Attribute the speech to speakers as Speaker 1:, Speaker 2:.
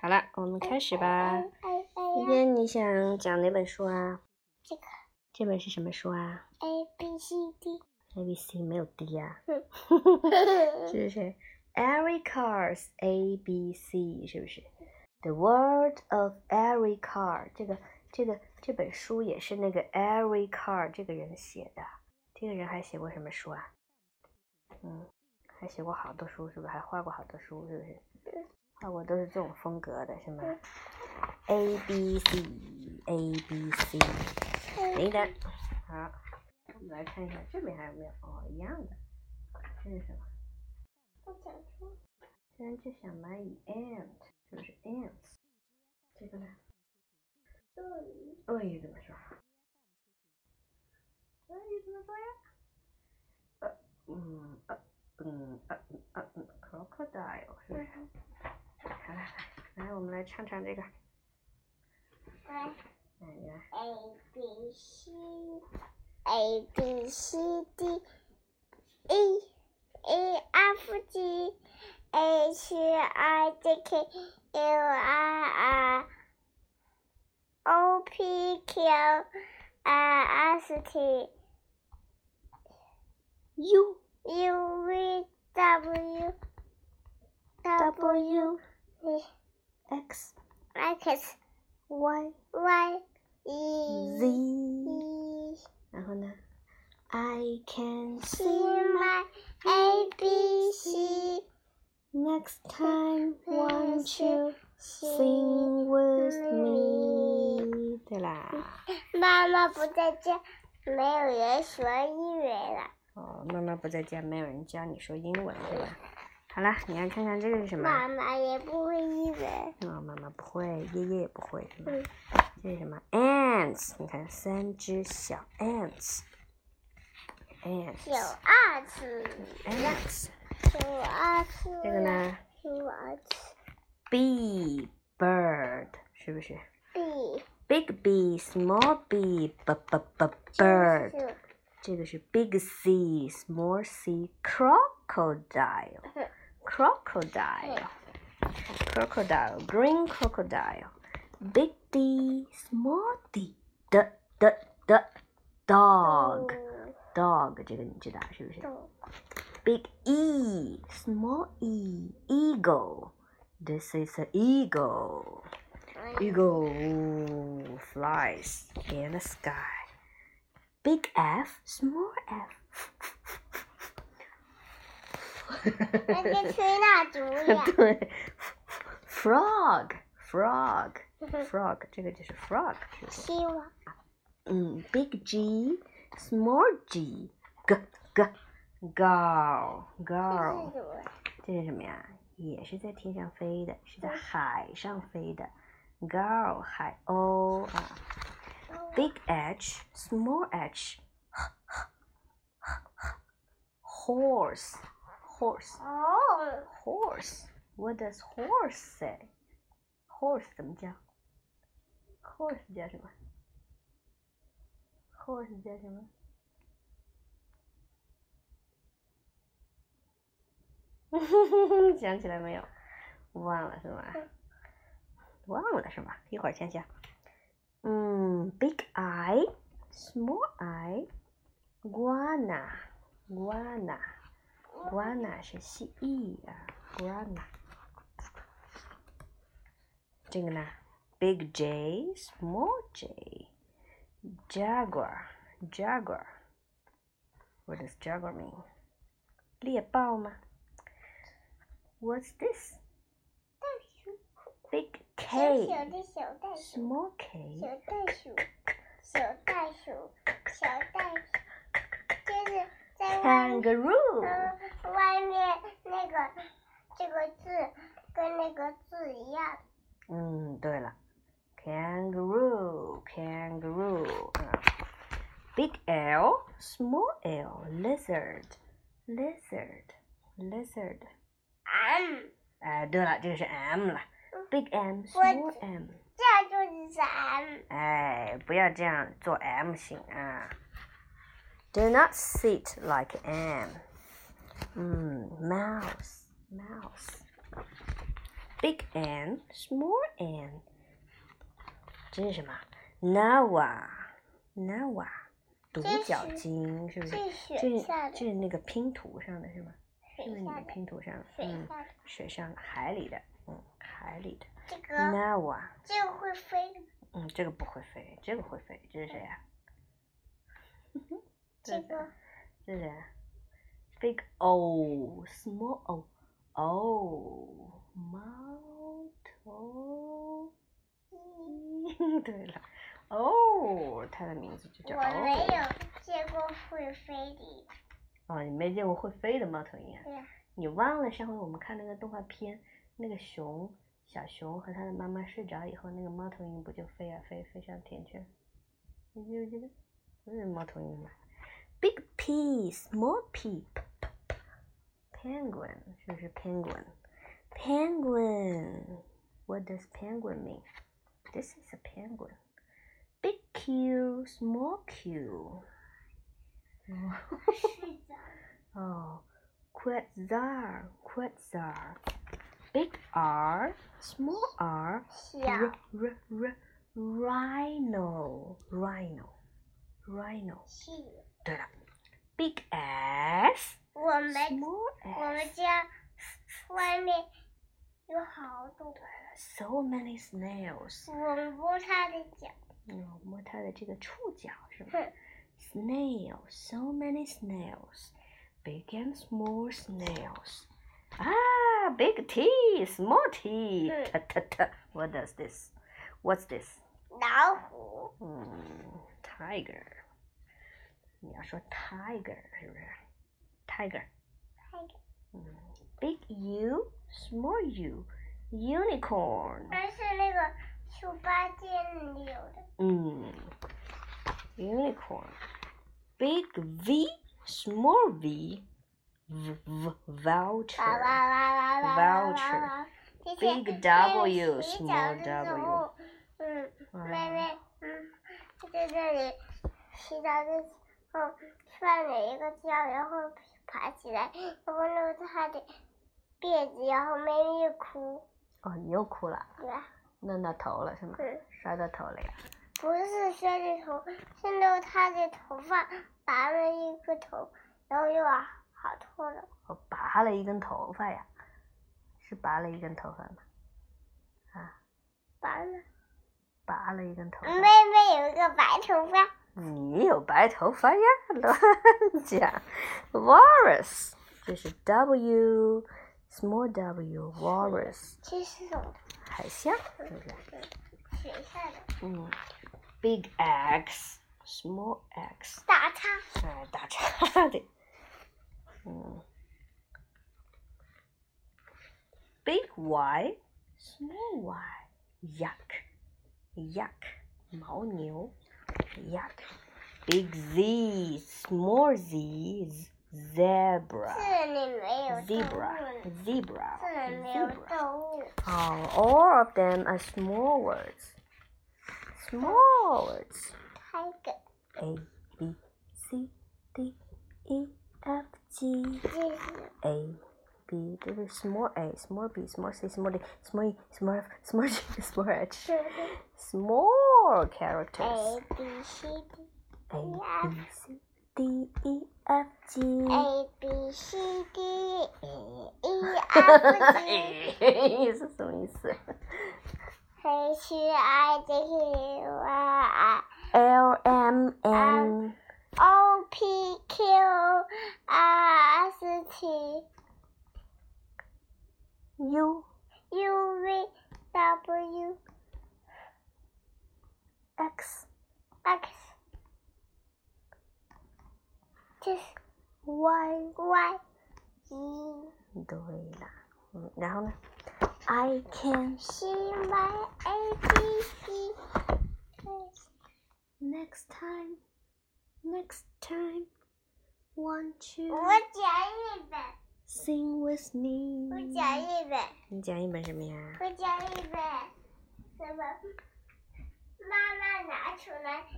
Speaker 1: 好了，我们开始吧。
Speaker 2: 嗯
Speaker 1: 今天你想讲哪本书啊？
Speaker 2: 这个
Speaker 1: 这本是什么书啊
Speaker 2: A B C D，
Speaker 1: ？A B C 没有 D 啊呀、
Speaker 2: 嗯
Speaker 1: 这 是谁？Every car's A B C 是不是？The World of Every Car 这个这个这本书也是那个 Every Car 这个人写的。这个人还写过什么书啊？嗯，还写过好多书是不是？还画过好多书是不是？画过都是这种风格的是吗
Speaker 2: 嗯
Speaker 1: ？A B C A B C，等一等，好，我们来看一下这边还有没有哦，一样的，这是什么？
Speaker 2: 我讲出
Speaker 1: 三只小蚂蚁 ant 是不是 ants？这个呢？
Speaker 2: 鳄鱼，
Speaker 1: 鳄鱼怎么说？鳄鱼怎么说呀？呃，嗯，呃，嗯，呃，嗯呃，嗯，crocodile 是不是？好了，来，我们来唱唱这个，
Speaker 2: 来
Speaker 1: 来，你来，
Speaker 2: A B C A B C D E E F G H I J K L I R O P Q R S T U U V W W
Speaker 1: x
Speaker 2: X
Speaker 1: y
Speaker 2: Y E
Speaker 1: z，
Speaker 2: E
Speaker 1: 然后呢？I can
Speaker 2: See
Speaker 1: see my
Speaker 2: my A B C
Speaker 1: next time, won't you
Speaker 2: C。
Speaker 1: sing with me？对啦。
Speaker 2: 妈妈不在家，没有人学音乐了。
Speaker 1: 哦，妈妈不在家，没有人教你说英文，对吧？好啦，你来看看这个是什么？
Speaker 2: 妈妈也不会英文。
Speaker 1: 哦，妈妈不会，爷爷也不会，是吗
Speaker 2: 嗯
Speaker 1: 这是什么？Ants，你看三只小 ants。
Speaker 2: 有
Speaker 1: Ants。
Speaker 2: 二次，
Speaker 1: Ants。
Speaker 2: 有二次。
Speaker 1: 这个？呢
Speaker 2: 有二次。
Speaker 1: ？Bee bird，是不是
Speaker 2: B。
Speaker 1: ？Big bee, small bee, b b b bird。这个是 big sea, small sea, crocodile。crocodile, crocodile, green crocodile, big D, small D, d d d dog,
Speaker 2: Oh.
Speaker 1: dog 这个你知道是不是？Big E, small E, eagle. This is an eagle.
Speaker 2: 一
Speaker 1: Eagle flies in the sky. Big F, small F.
Speaker 2: 那个吹蜡烛 呀。
Speaker 1: 对，frog，frog，frog，这个就是 frog，是不是
Speaker 2: 希望。
Speaker 1: 嗯，big G，small
Speaker 2: 哦
Speaker 1: G，g，g，girl，girl，这是什么呀？也是在天上飞的，是在海上飞的，girl uh, 海鸥啊，big H，small H，horse，horse。
Speaker 2: 哦，
Speaker 1: horse. What does horse say? Horse 怎么叫？horse 叫什么？horse 叫什么？ 想起来没有？忘了是吗？忘了是吗？一会儿想想。嗯，big eye, small eye, guana, guana, guana 是蜥蜴啊，guana。这个呢，big J, small J, jaguar, jaguar. What does jaguar mean? 猎豹吗？What's this?
Speaker 2: 袋鼠，
Speaker 1: Big
Speaker 2: 小
Speaker 1: K,
Speaker 2: 哦小的小袋鼠。
Speaker 1: small K.
Speaker 2: 小袋鼠，小袋鼠，小袋鼠，就是在外面
Speaker 1: Kangaroo.
Speaker 2: 呃外面那个这个字跟那个字一样，
Speaker 1: 嗯，对了，kangaroo，kangaroo 啊，big L，small L，lizard，lizard，lizard，
Speaker 2: 嗯，
Speaker 1: 哎，对了，这个是 M 了，big M，small
Speaker 2: 我
Speaker 1: M，
Speaker 2: 这就是咱
Speaker 1: 哎，不要这样做 M 型啊，Do not sit like M，嗯，mouse，mouse。 big ant, small ant。这是什么？Nawa，Nawa，独角鲸是不是？
Speaker 2: 是
Speaker 1: 嗯这
Speaker 2: 水
Speaker 1: 是
Speaker 2: 下
Speaker 1: 这
Speaker 2: 的，
Speaker 1: 是那个拼图上的是吗？是不
Speaker 2: 水
Speaker 1: 是你
Speaker 2: 下
Speaker 1: 的
Speaker 2: 的，
Speaker 1: 拼图上的？
Speaker 2: 水
Speaker 1: 嗯，
Speaker 2: 下的。
Speaker 1: 水上的，海里的，嗯，海里的。
Speaker 2: 这个
Speaker 1: Nawa，
Speaker 2: 这个会飞的，
Speaker 1: 嗯，这个不会飞，这个会飞，这是谁呀、
Speaker 2: 这
Speaker 1: 是谁啊
Speaker 2: 个
Speaker 1: 这是谁啊？Big O，small O，O，猫头鹰。 对了，哦，它的名字就叫
Speaker 2: 我没
Speaker 1: 哦。
Speaker 2: 有见过会飞的，
Speaker 1: 哦，你没见过会飞的猫头鹰啊？
Speaker 2: 对呀，
Speaker 1: 你忘了上回我们看那个动画片，那个熊小熊和它的妈妈睡着以后，那个猫头鹰不就飞啊飞，飞上天去了？你记不记得？不是猫头鹰吗？Big pea, small pea, penguin 是不是 penguin? Penguin. What does penguin mean? This is a penguin. Big Q, small Q. 哦
Speaker 2: 睡着
Speaker 1: Oh,
Speaker 2: 了。
Speaker 1: Quetzar, Quetzar. Big R, small R.
Speaker 2: 小
Speaker 1: R, r, r, rhino, rhino, rhino.
Speaker 2: 企，
Speaker 1: 对了，Big S,
Speaker 2: 我们
Speaker 1: small
Speaker 2: 我
Speaker 1: S.
Speaker 2: 们家外面有好多，
Speaker 1: So many snails.
Speaker 2: 我们摸它的脚，
Speaker 1: 嗯，摸它的这个触角是吗
Speaker 2: 哼，
Speaker 1: ？Snail, so many snails. Big and small snails. Ah, big T, small T.
Speaker 2: 嗯
Speaker 1: Ta, ta, ta. What does this? What's this?
Speaker 2: 老虎，
Speaker 1: 嗯，tiger。你要说 tiger 是不是？tiger。
Speaker 2: 那个，
Speaker 1: 嗯，big U, small U, unicorn.
Speaker 2: 而是那个猪八戒里有的，
Speaker 1: Mm. Unicorn. Big V, small V, v, v
Speaker 2: 哇
Speaker 1: voucher.
Speaker 2: 哇哇哇哇哇哇哇
Speaker 1: Voucher.，
Speaker 2: 这些
Speaker 1: Big
Speaker 2: 那个
Speaker 1: W,
Speaker 2: 洗脚
Speaker 1: small
Speaker 2: 的动
Speaker 1: W
Speaker 2: 物，嗯，
Speaker 1: 嗯
Speaker 2: 妹妹，嗯，在这里洗澡的时候涮了一个觉，然后爬起来，然后弄它的辫子，然后妹妹哭，
Speaker 1: 哦，你又哭了，
Speaker 2: 对吧？
Speaker 1: 弄到头了是吗？
Speaker 2: 嗯。
Speaker 1: 摔到头了呀？
Speaker 2: 不是摔着头，是弄他的头发拔了一个头，然后又啊好脱了。
Speaker 1: 我哦拔了一根头发呀，是拔了一根头发吗？啊，
Speaker 2: 拔了，
Speaker 1: 拔了一根头
Speaker 2: 妹
Speaker 1: 发。
Speaker 2: 妹有一个白头发，
Speaker 1: 你有白头发呀？乱讲。Walrus，这是 W small W walrus
Speaker 2: 这是什么？
Speaker 1: 海象，是不是？
Speaker 2: 水下的
Speaker 1: 嗯，Big X small X，
Speaker 2: 打叉，
Speaker 1: 哎，打 叉的。嗯，Big Y small Y yuck yuck 牦牛 yuck。Big Z small Z zebra
Speaker 2: 这里没有动
Speaker 1: zebra
Speaker 2: 物，
Speaker 1: zebra
Speaker 2: 这里没有
Speaker 1: zebra。
Speaker 2: 动物。
Speaker 1: Oh, all of them are small words. Small words.
Speaker 2: 开个，
Speaker 1: A B C D E F G
Speaker 2: 这是
Speaker 1: A B. This is small A, small B, small C, small D, small E, small F, small G, small H.
Speaker 2: 这是
Speaker 1: Small characters.
Speaker 2: A B C D
Speaker 1: A B C D E F G.
Speaker 2: A B C D E F G
Speaker 1: 是什么意思
Speaker 2: H I J K L I。
Speaker 1: ？L M N
Speaker 2: O P Q R S T
Speaker 1: U
Speaker 2: U V W
Speaker 1: X
Speaker 2: X，这是
Speaker 1: Y。
Speaker 2: Y E
Speaker 1: 对啦，嗯，然后呢？I can
Speaker 2: C Y A B C，
Speaker 1: next time, next time, want
Speaker 2: 我
Speaker 1: you
Speaker 2: 讲一本，
Speaker 1: sing with me？
Speaker 2: 我讲一本，
Speaker 1: 你讲一本什么呀？
Speaker 2: 我讲一本，什么？妈妈拿出来